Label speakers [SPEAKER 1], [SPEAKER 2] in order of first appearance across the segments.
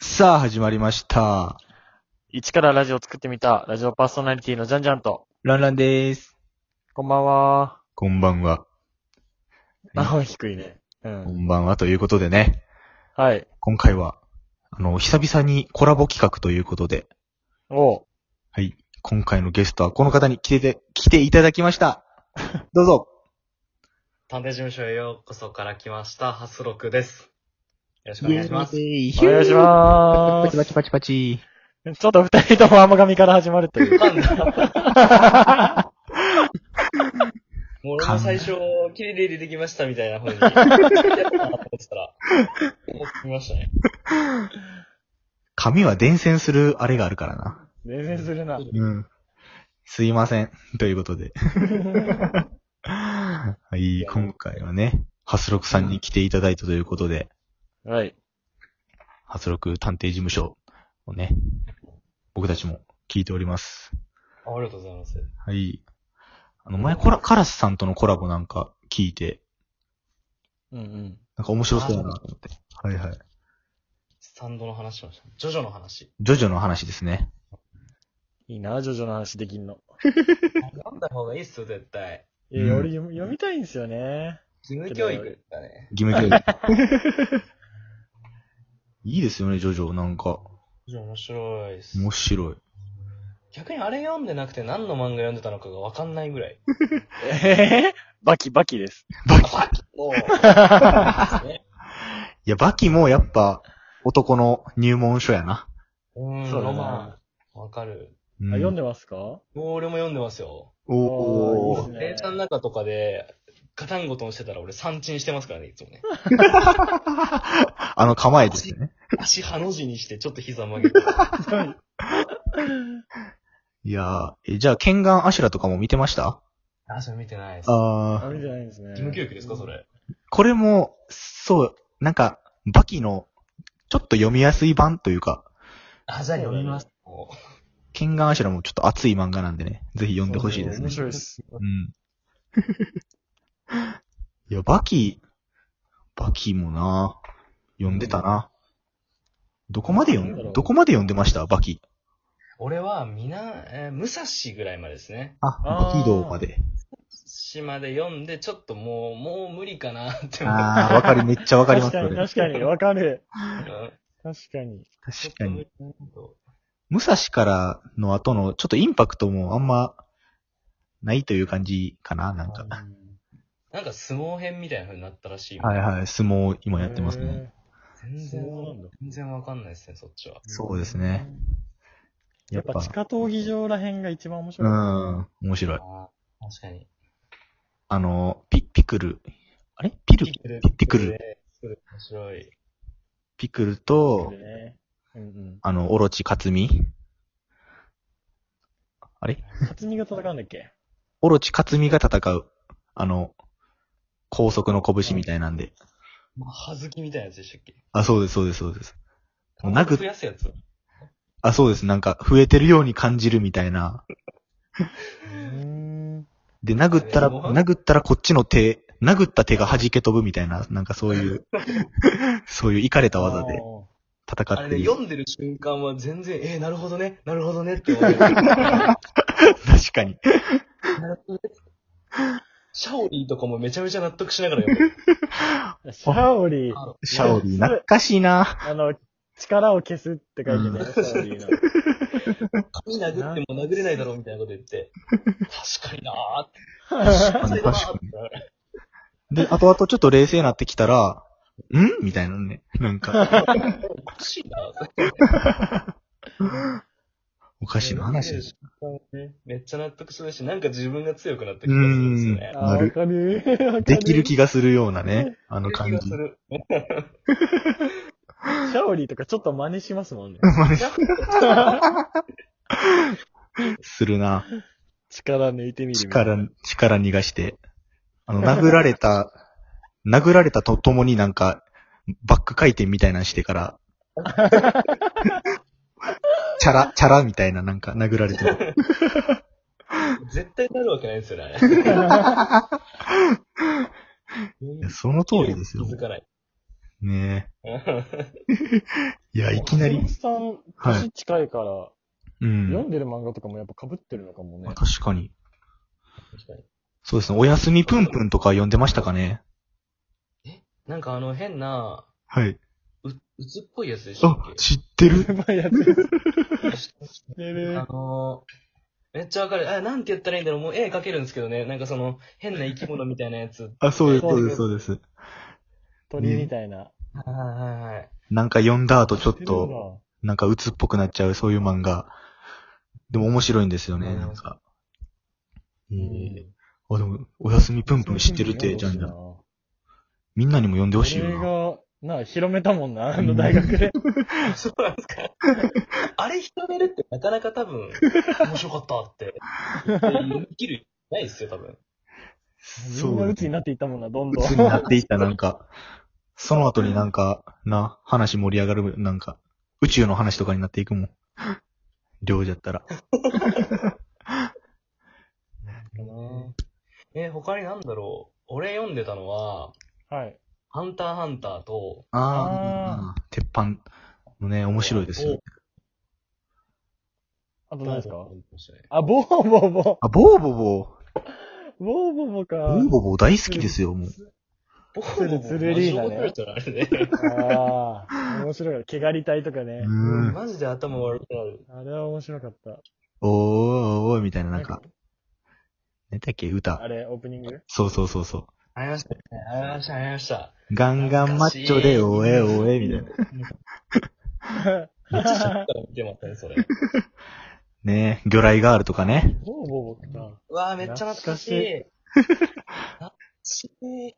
[SPEAKER 1] さあ、始まりました。
[SPEAKER 2] 一からラジオを作ってみた、ラジオパーソナリティのジャンジャンと、
[SPEAKER 1] ランランでーす。
[SPEAKER 2] こんばんは。
[SPEAKER 1] こんばんは。
[SPEAKER 2] あ、低いね。う
[SPEAKER 1] こ
[SPEAKER 2] ん。
[SPEAKER 1] んばんはということでね、
[SPEAKER 2] はい。
[SPEAKER 1] 今回は、あの、久々にコラボ企画ということで、
[SPEAKER 2] おう
[SPEAKER 1] はい。今回のゲストはこの方に来てて、来ていただきま した。どうぞ。
[SPEAKER 3] 探偵事務所へようこそから来ました、ハスロクです。よろしくお願いします。
[SPEAKER 1] イエ
[SPEAKER 2] お願いしま
[SPEAKER 1] パチパ
[SPEAKER 2] す。
[SPEAKER 1] チパチパチ。
[SPEAKER 2] ちょっと二人とも甘噛みから始まるという。
[SPEAKER 3] 噛んだ。 もう俺も最初、キリリリできましたみたいな風に、やったなと思ってたら、思ってましたね。
[SPEAKER 1] 髪は伝染するあれがあるからな。
[SPEAKER 2] 全然するな。
[SPEAKER 1] うん。すいません。という ことで。はい、今回はね、ハスロクさんに来ていただいたということで、
[SPEAKER 2] はい。
[SPEAKER 1] ハスロク探偵事務所をね、僕たちも聞いております。
[SPEAKER 3] あありがとうございます。
[SPEAKER 1] はい。あの、前コラ、カラスさんとのコラボなんか聞いて、
[SPEAKER 2] うんうん。
[SPEAKER 1] なんか面白そうだなと思って。はいはい。
[SPEAKER 3] スタンドの話しました。ジョジョの話。
[SPEAKER 1] ジョジョの話ですね。
[SPEAKER 2] いいな、ジョジョの話できんの。
[SPEAKER 3] 読んだ方がいいっすよ、絶対。
[SPEAKER 2] いや、
[SPEAKER 1] うん
[SPEAKER 2] 俺読み読みたいんですよね。
[SPEAKER 3] 義務教育だね。
[SPEAKER 1] 義務教 育。いいですよね、ジョジョ。なんか、
[SPEAKER 3] ジョジョ面白いっす。
[SPEAKER 1] 面白い。
[SPEAKER 3] 逆にあれ読んでなくて何の漫画読んでたのかがわかんないぐらい。
[SPEAKER 2] ええバキバキです。
[SPEAKER 1] バキ。い
[SPEAKER 3] あ、 もう。そうですね
[SPEAKER 1] や、バキもやっぱ、男の入門書やな。
[SPEAKER 3] うーん、
[SPEAKER 2] そうだな
[SPEAKER 3] ロマン。わかる。
[SPEAKER 1] う
[SPEAKER 2] あ、
[SPEAKER 1] ん
[SPEAKER 2] 読んでますか
[SPEAKER 3] もう俺も読んでますよ。
[SPEAKER 1] おー
[SPEAKER 2] あーいいっすね
[SPEAKER 3] 電車の中とかで、ガタンゴトンしてたら俺三鎮してますからね、いつもね。
[SPEAKER 1] あの構えですね。
[SPEAKER 3] 足ハの字にしてちょっと膝曲げて。
[SPEAKER 1] いやー、えじゃあ、剣眼アシュラとかも見てました
[SPEAKER 3] あ、それ見てないです。義
[SPEAKER 2] あ、
[SPEAKER 1] あ
[SPEAKER 2] 見
[SPEAKER 1] ー、
[SPEAKER 2] てないんですね。
[SPEAKER 3] 務教育ですか、それ。
[SPEAKER 1] これも、そう、なんか、バキの、ちょっと読みやすい版というか、
[SPEAKER 3] あ、じゃあ読みます。も
[SPEAKER 1] 剣眼アシュラもちょっと熱い漫画なんでね、ぜひ読んでほしいですね
[SPEAKER 2] 面。白いです。
[SPEAKER 1] うん。いや、バキ、バキもな、読んでたな。どこまで読ん、どこまで読んでましたバキ。
[SPEAKER 3] う俺は、みな、えー武蔵ぐらいまでですね。
[SPEAKER 1] あ
[SPEAKER 2] あ、ー
[SPEAKER 1] バキ道まで。
[SPEAKER 3] 島で読んで、ちょっともう、もう無理かなって思う。
[SPEAKER 1] ああ、わかる、めっちゃわかりま
[SPEAKER 2] 確
[SPEAKER 1] す、そ
[SPEAKER 2] かに、
[SPEAKER 1] れ。
[SPEAKER 2] 確かに、わかる。
[SPEAKER 3] うん
[SPEAKER 2] 確かに。
[SPEAKER 3] ち
[SPEAKER 1] 確
[SPEAKER 3] ょっと
[SPEAKER 1] か
[SPEAKER 3] 無
[SPEAKER 1] に
[SPEAKER 3] 理。だけど
[SPEAKER 1] 武蔵からの後の、ちょっとインパクトもあんま、ないという感じかな、なんか。
[SPEAKER 3] なんか相撲編みたいな風になったらしい。
[SPEAKER 1] はいはい、相撲今やってますね。
[SPEAKER 3] 全然
[SPEAKER 2] そうなんだ、
[SPEAKER 3] 全然わかんないですね、そっちは。
[SPEAKER 1] そうですね。
[SPEAKER 2] やっぱ地下闘技場ら辺が一番面白
[SPEAKER 1] う
[SPEAKER 2] い。
[SPEAKER 1] ん、面白い。
[SPEAKER 3] あー確かに。
[SPEAKER 1] あの、ピ、ピクル。あれピル
[SPEAKER 3] ピクル
[SPEAKER 1] ピクル。
[SPEAKER 3] ピクル面白い。
[SPEAKER 1] ピクルと、
[SPEAKER 2] ね。うんうん。
[SPEAKER 1] あの、オロチカツミ。あれ
[SPEAKER 2] 初見が戦うんだっけ
[SPEAKER 1] オロチカツミが戦う。あの、高速の拳みたいなんで。
[SPEAKER 3] まあ、はずきみたいなやつでしたっけ
[SPEAKER 1] あ、そうです、そうです、そうです。もう殴っ
[SPEAKER 3] 増やすやつ。
[SPEAKER 1] あ、そうです。なんか、増えてるように感じるみたいな。
[SPEAKER 2] うん。
[SPEAKER 1] で、殴ったら、
[SPEAKER 3] えー
[SPEAKER 1] 殴ったらこっちの手、殴った手が弾け飛ぶみたいな、なんかそういう、そういうイカれた技で
[SPEAKER 3] あ
[SPEAKER 1] 戦っ
[SPEAKER 3] れ
[SPEAKER 1] て
[SPEAKER 3] ね、
[SPEAKER 1] る。
[SPEAKER 3] 読んでる瞬間は全然、えー、なるほどね、なるほど ねって思う。な
[SPEAKER 1] 確かに。
[SPEAKER 3] るほどね。シャオリーとかもめちゃめちゃ納得しながら読む。
[SPEAKER 2] シャオリー、
[SPEAKER 1] シャオリー、懐かしいな。
[SPEAKER 2] あの、力を消すって書いてね、シャオリ ーの。
[SPEAKER 3] 髪殴っても殴れないだろうみたいなこと言って。確かになーって。
[SPEAKER 1] 確かに、確かに。で、後々ちょっと冷静になってきたら、んみたいなね。なんか、
[SPEAKER 3] おかしいなー
[SPEAKER 1] おかしいな話で
[SPEAKER 3] 読んでる
[SPEAKER 1] す。
[SPEAKER 3] 瞬間ねめっちゃ納得するし、なんか自分が強くなった気
[SPEAKER 1] う
[SPEAKER 3] が
[SPEAKER 1] ー
[SPEAKER 3] するんですよ
[SPEAKER 1] ん
[SPEAKER 3] ね。。
[SPEAKER 2] あ、わか る。
[SPEAKER 1] できる気
[SPEAKER 2] シ
[SPEAKER 1] がするようなね、あの
[SPEAKER 3] 気
[SPEAKER 1] 感
[SPEAKER 3] が
[SPEAKER 1] じ
[SPEAKER 3] す。る。
[SPEAKER 2] ャオリーとかちょっと真似しま すもんね。
[SPEAKER 1] するな。
[SPEAKER 2] 力抜いてみる。
[SPEAKER 1] 力。、力逃がして。あの、殴られた、殴られたとともになんか、バック回転みたいなのしてから、チャラ、チャラみたいななんか殴られてる。
[SPEAKER 3] 絶対なるわけないですよね、あ れ。
[SPEAKER 1] いやその通りですよ
[SPEAKER 3] 気。づかない。
[SPEAKER 1] ねえ。いや、いきな
[SPEAKER 2] 橋
[SPEAKER 1] り
[SPEAKER 2] 本。さん、
[SPEAKER 1] はい
[SPEAKER 2] 年近いから、
[SPEAKER 1] うん。
[SPEAKER 2] 読んでる漫画とかもやっぱ被ってるのか もね
[SPEAKER 1] まあ。確かに。そうですね。おやすみぷんぷんとか読んでましたかね
[SPEAKER 3] なんかあの変な、
[SPEAKER 1] はい。
[SPEAKER 3] う、うつっぽいやつでしたっ
[SPEAKER 1] あ、知ってる
[SPEAKER 2] うまいやつです
[SPEAKER 3] け
[SPEAKER 2] ね
[SPEAKER 3] あのー、めっちゃわかる。あ、なんて言ったらいいんだろう。もう絵描けるんですけどね。なんかその、変な生き物みたいなやつ。
[SPEAKER 1] あ、そうです、
[SPEAKER 2] そ
[SPEAKER 1] そうう
[SPEAKER 2] で
[SPEAKER 1] ですす、そうです。
[SPEAKER 2] 鳥みたいな。
[SPEAKER 3] はいはいはい。
[SPEAKER 1] なんか読んだ後ちょっ
[SPEAKER 2] 知ってる
[SPEAKER 1] と、
[SPEAKER 2] わ
[SPEAKER 1] なんか鬱っぽくなっちゃう、そういう漫画。でも面白いんですよね、
[SPEAKER 3] うん
[SPEAKER 1] なんか。ええあ、でも、おやすみぷんぷん知ってるって、じゃんじゃん。みんなにも読んでほしい
[SPEAKER 2] それ
[SPEAKER 1] よな。
[SPEAKER 2] が、なあ、広めたもんな、あの大 学で。
[SPEAKER 3] そうなんです か。あれ広めるってなかなか多分、面白かったって。生きる、ないですよ、多分。
[SPEAKER 2] みんな鬱に
[SPEAKER 1] な
[SPEAKER 2] なっていったもんな、どんどん。
[SPEAKER 1] 鬱になっていった、なんか。その後になんか、な、話盛り上がる、なんか、宇宙の話とかになってい くもん。領じゃったら。
[SPEAKER 3] え、他になんだろう。俺読んでたのは、
[SPEAKER 2] はい。
[SPEAKER 3] ハンターハンターと、
[SPEAKER 1] ああ、鉄板のね、面白いですよ。
[SPEAKER 2] あと
[SPEAKER 3] お
[SPEAKER 2] 何ですか
[SPEAKER 3] ボーボーって言いましたね
[SPEAKER 2] あ、ボーボーボ
[SPEAKER 1] あ、ボーボボ
[SPEAKER 2] ー。ボーボーボーか。
[SPEAKER 1] ー、ボーボボー大好きですよ、もう。
[SPEAKER 3] ボーボー
[SPEAKER 2] ズルリーナね
[SPEAKER 3] マジで面白いですよねあれね
[SPEAKER 2] ああ、面白いよ。毛刈り隊とかね。
[SPEAKER 1] うん。
[SPEAKER 3] マジで頭悪くなる。
[SPEAKER 2] あれは面白かった。
[SPEAKER 1] おーおーおーみたいな、なんか、何だっけ、歌
[SPEAKER 2] あ。れ、オープニ ング
[SPEAKER 1] そうそうそうそ
[SPEAKER 3] ありましたね。ありました、ありました。
[SPEAKER 1] う。ガンガンマッチョで、おえおえ、みたいな。
[SPEAKER 3] めっちゃショックから見てますね、そ れ。
[SPEAKER 1] ね魚雷ガールとかね。
[SPEAKER 2] ボーボーボーか。
[SPEAKER 3] うわぁ、めっちゃ懐かしい。懐かしい。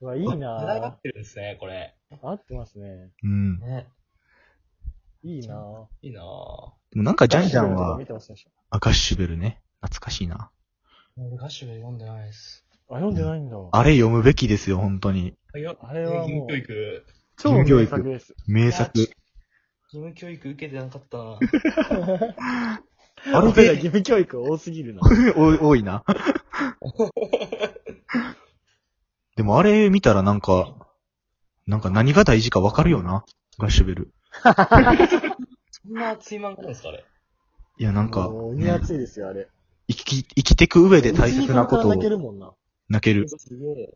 [SPEAKER 2] うわ、いい
[SPEAKER 3] 長が
[SPEAKER 2] な
[SPEAKER 3] ってるんですね、これ。
[SPEAKER 2] 合ってますね。
[SPEAKER 1] うん。で
[SPEAKER 3] ね。
[SPEAKER 2] いいなぁ。
[SPEAKER 3] いいなぁ。
[SPEAKER 1] もなんか、ジャンジャン
[SPEAKER 2] とか
[SPEAKER 1] は
[SPEAKER 2] 見、てましたでしょ
[SPEAKER 1] あガッシュベルね。懐かしいな。
[SPEAKER 3] 俺ガッシュベル読んでないです。
[SPEAKER 2] あ、読んでないんだ。
[SPEAKER 1] あれ読むべきですよ、本当に。
[SPEAKER 3] あよ
[SPEAKER 2] あれはもう
[SPEAKER 3] 義務教育。
[SPEAKER 2] 超名作です。
[SPEAKER 1] 名作。
[SPEAKER 3] 義務教育受けてなかったな
[SPEAKER 1] あれ
[SPEAKER 2] 俺ら義
[SPEAKER 1] で、
[SPEAKER 2] 務教育多すぎるな。
[SPEAKER 1] 多い多いな。でもあれ見たらなんか、なんか何が大事かわかるよな。ガッシュベル。
[SPEAKER 3] そんな熱い漫画なんですか、あれ。
[SPEAKER 1] いや、なんか、
[SPEAKER 2] もう鬼
[SPEAKER 1] ね
[SPEAKER 2] 熱いですよ、あれ。
[SPEAKER 1] 生き、生きてく上で大切なことを
[SPEAKER 2] 泣けるもんな。
[SPEAKER 1] 泣ける。
[SPEAKER 3] すげえ。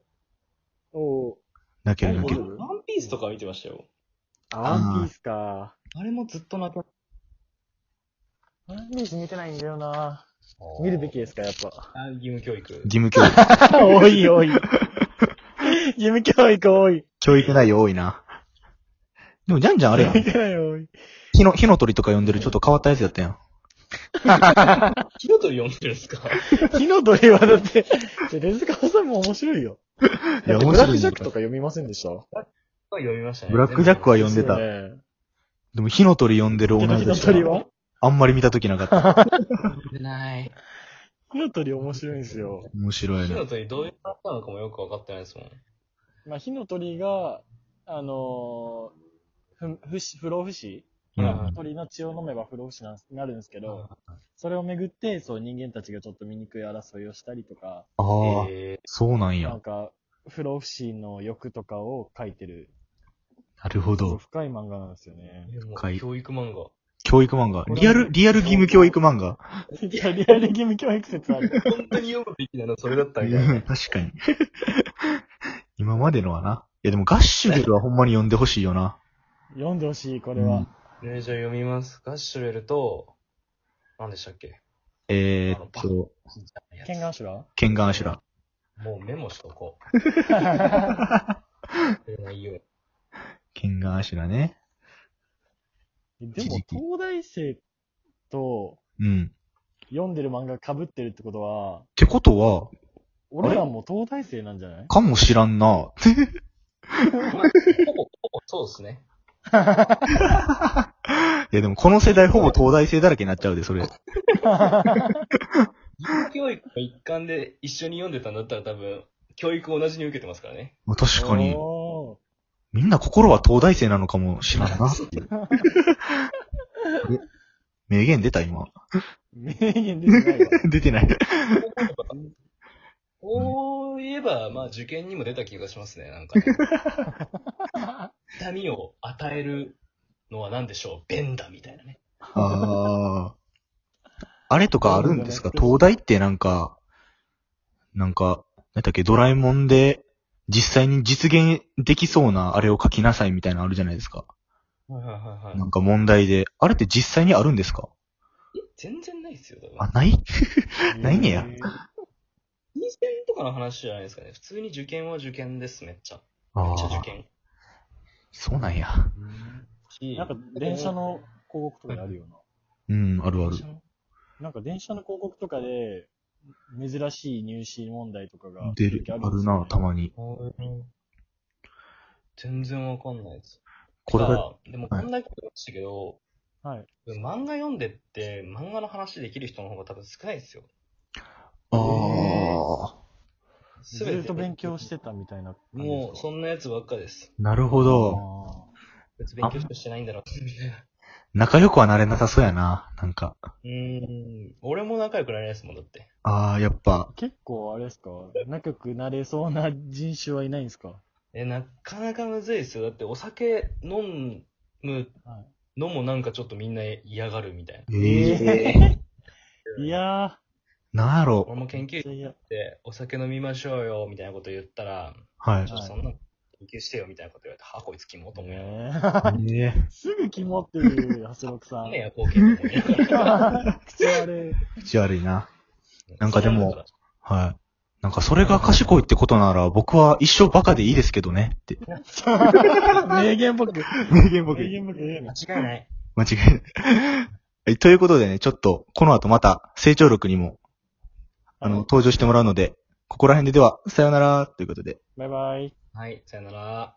[SPEAKER 2] おう
[SPEAKER 1] 泣ける
[SPEAKER 3] ワ
[SPEAKER 1] 泣ける。
[SPEAKER 3] ンピースとか見てましたよ。
[SPEAKER 2] あ、ワンピースか。
[SPEAKER 3] あれもずっと泣け
[SPEAKER 2] ワンピース見てないんだよな見るべき。ですか、やっぱ。
[SPEAKER 3] あ、義務教育。
[SPEAKER 1] 義務教育。
[SPEAKER 2] 多い 多い。義務教育多い。
[SPEAKER 1] 教育内容多いな。でも、じゃんじゃんあれやん。
[SPEAKER 2] 見てない多い。
[SPEAKER 1] 火の、火の鳥とか呼んでるちょっと変わったやつやったやん。
[SPEAKER 3] ひろとり読んでるんですか
[SPEAKER 2] 火の鳥はだって、手塚治虫も面白いよ。
[SPEAKER 1] いや、
[SPEAKER 2] ブ
[SPEAKER 1] 面
[SPEAKER 2] ラッ
[SPEAKER 1] 白
[SPEAKER 2] ク
[SPEAKER 1] い
[SPEAKER 2] ジャ
[SPEAKER 1] ね
[SPEAKER 2] ックとか読みませんでした
[SPEAKER 3] 読みましたね。
[SPEAKER 1] ブラックジャックは読んで
[SPEAKER 2] そ
[SPEAKER 1] た
[SPEAKER 2] う。ね
[SPEAKER 1] でも、火の鳥呼んでる女
[SPEAKER 2] 火
[SPEAKER 1] の
[SPEAKER 2] の
[SPEAKER 1] 人
[SPEAKER 2] 鳥
[SPEAKER 1] は、
[SPEAKER 2] は
[SPEAKER 1] あんまり見たときなかった。
[SPEAKER 3] 読んでない。
[SPEAKER 2] 火の鳥面白いんですよ。
[SPEAKER 1] 面白い
[SPEAKER 3] ひ
[SPEAKER 1] な
[SPEAKER 3] ろ。とりどういう漫画なのかもよくわかってないですもん。
[SPEAKER 2] まあ、火の鳥が、あのー、ふ、ふし、不老不死、
[SPEAKER 1] うん。
[SPEAKER 2] 鳥の血を飲めば不老不死なんすなるんですけ
[SPEAKER 3] う
[SPEAKER 2] ど、それをめぐって、そう、人間たちがちょっと醜い争いをしたりとか、
[SPEAKER 1] ああ、
[SPEAKER 3] え
[SPEAKER 1] そうなん
[SPEAKER 2] な
[SPEAKER 1] や
[SPEAKER 2] ん。か、不老不死の欲とかを書いてる、
[SPEAKER 1] なるほ
[SPEAKER 2] そう
[SPEAKER 1] ど。
[SPEAKER 2] 深い漫画なんですよね。
[SPEAKER 3] ー、も
[SPEAKER 1] かいう
[SPEAKER 3] 教育漫画。
[SPEAKER 1] 教育漫画。リアル、リアル義務教育漫画。
[SPEAKER 2] いや、リアル義務教育説ある。
[SPEAKER 3] 本当に読むべきなのそれだったみたい
[SPEAKER 1] うん
[SPEAKER 3] な。
[SPEAKER 1] 確かに。 今までのはな。いや、でも、ガッシュベルはほんまに読んでほしいよな。
[SPEAKER 2] 読んでほしい、これは。
[SPEAKER 3] ねじゃあ読みます。ガッシュベルと、何でしたっけ
[SPEAKER 1] えーっと、
[SPEAKER 2] ケンガンシュラ
[SPEAKER 1] ケンガンアシュラ。
[SPEAKER 3] もうメモしとこ う。これもいいよ。
[SPEAKER 1] ケンガンアシュラね。
[SPEAKER 2] で
[SPEAKER 1] 一
[SPEAKER 2] も
[SPEAKER 1] 時、期
[SPEAKER 2] 東大生と
[SPEAKER 1] うん。
[SPEAKER 2] 読んでる漫画被ってるってことは、
[SPEAKER 1] ってことは、
[SPEAKER 2] 俺らも東大生なんじゃない
[SPEAKER 1] かもしらんな。
[SPEAKER 3] まあほぼ、ほぼそうですね。
[SPEAKER 1] いや、でもこの世代ほぼ東大生だらけになっちゃうで、それ。
[SPEAKER 3] 義務教育の一環で一緒に読んでたんだったら多分、教育を同じに受けてますから ね。
[SPEAKER 1] まあ確かに。
[SPEAKER 2] お
[SPEAKER 1] みんな心は東大生なのかもしらんなっていう。え名言出た、今。
[SPEAKER 2] ー名言出てないわ。
[SPEAKER 1] 出てない。
[SPEAKER 3] こう言えば、まあ受験にも出た気がしますね、なんか、ね。痛みを与えるのは何でしょう弁だみたいなね。
[SPEAKER 1] ああ。あれとかあるんです か東大ってなんか、なんか、なんだっけ、ドラえもんで実際に実現できそうなあれを書きなさいみたいなのあるじゃないですか。
[SPEAKER 3] はいはいはい
[SPEAKER 1] な
[SPEAKER 3] はい。
[SPEAKER 1] んか問題で。あれって実際にあるんですか
[SPEAKER 3] 全然ないっすよ、多分。
[SPEAKER 1] あ、ない ないねや
[SPEAKER 3] うん。人選とかの話じゃないですかね。普通に受験は受験です、めっちゃ。め
[SPEAKER 1] あ
[SPEAKER 3] っちゃ受
[SPEAKER 1] あ、
[SPEAKER 3] 験。
[SPEAKER 1] そうなんや。
[SPEAKER 3] し
[SPEAKER 2] なんか電車の広告とかであるよな。
[SPEAKER 1] うん、あるある。
[SPEAKER 2] なんか電車の広告とかで、珍しい入試問題とかが
[SPEAKER 1] 出る、あるな、た
[SPEAKER 2] に。
[SPEAKER 1] まに。
[SPEAKER 3] うん全然わかんないです。
[SPEAKER 1] これが、
[SPEAKER 3] さあでもこんなこと言いましたけど、
[SPEAKER 2] はい。
[SPEAKER 3] 漫画読んでって漫画の話できる人の方が多分少ないですよ。
[SPEAKER 1] ああ
[SPEAKER 2] ー、
[SPEAKER 3] す
[SPEAKER 2] ずっと勉強してたみたいな感じですか。
[SPEAKER 3] もう、そんなやつばっかです。
[SPEAKER 1] なるほど。
[SPEAKER 2] あ
[SPEAKER 3] 別に勉強しかしてないんだろう。
[SPEAKER 1] 仲良くはなれなさそうやな、なんか。
[SPEAKER 3] うーん。俺も仲良くなれないですもん、だって。
[SPEAKER 1] ああ、やっぱ
[SPEAKER 2] ー。結構あれですか仲良くなれそうな人種はいないんですか
[SPEAKER 3] え、なかなかむずいですよ。だってお酒飲む
[SPEAKER 2] は
[SPEAKER 3] のもなんかちょっとみんな嫌がるみたいな。
[SPEAKER 1] ええ
[SPEAKER 2] い。いや
[SPEAKER 1] なんやろ
[SPEAKER 3] 俺も研究
[SPEAKER 2] ー、
[SPEAKER 3] 室
[SPEAKER 2] いや、
[SPEAKER 3] でお酒飲みましょうよ、みたいなこと言ったら、
[SPEAKER 1] はい
[SPEAKER 3] ちょっとそんなの研究してよ、みたいなこと言われて、はあ、こいつキモと思いな がら。
[SPEAKER 2] ね。
[SPEAKER 1] ええ
[SPEAKER 2] すぐ肝ってる、長谷六さん
[SPEAKER 3] ねえ。や、後継 と思いながら
[SPEAKER 2] 口悪 い。
[SPEAKER 1] 口悪いな。なんかでも
[SPEAKER 3] そう
[SPEAKER 1] はい。なんかそれが賢いってことなら、僕は一生バカでいいですけどね。って。
[SPEAKER 2] 名言僕。
[SPEAKER 1] 名言僕
[SPEAKER 2] 名
[SPEAKER 1] 間違
[SPEAKER 2] 言僕。
[SPEAKER 3] なんだ間違いない。
[SPEAKER 1] いないはい。ということでね、ちょっと、この後また、成長力にも、あの、登場してもらうので、ここら辺ででは、さよなら、ということで。
[SPEAKER 2] バイバイ。
[SPEAKER 3] はい、さよなら。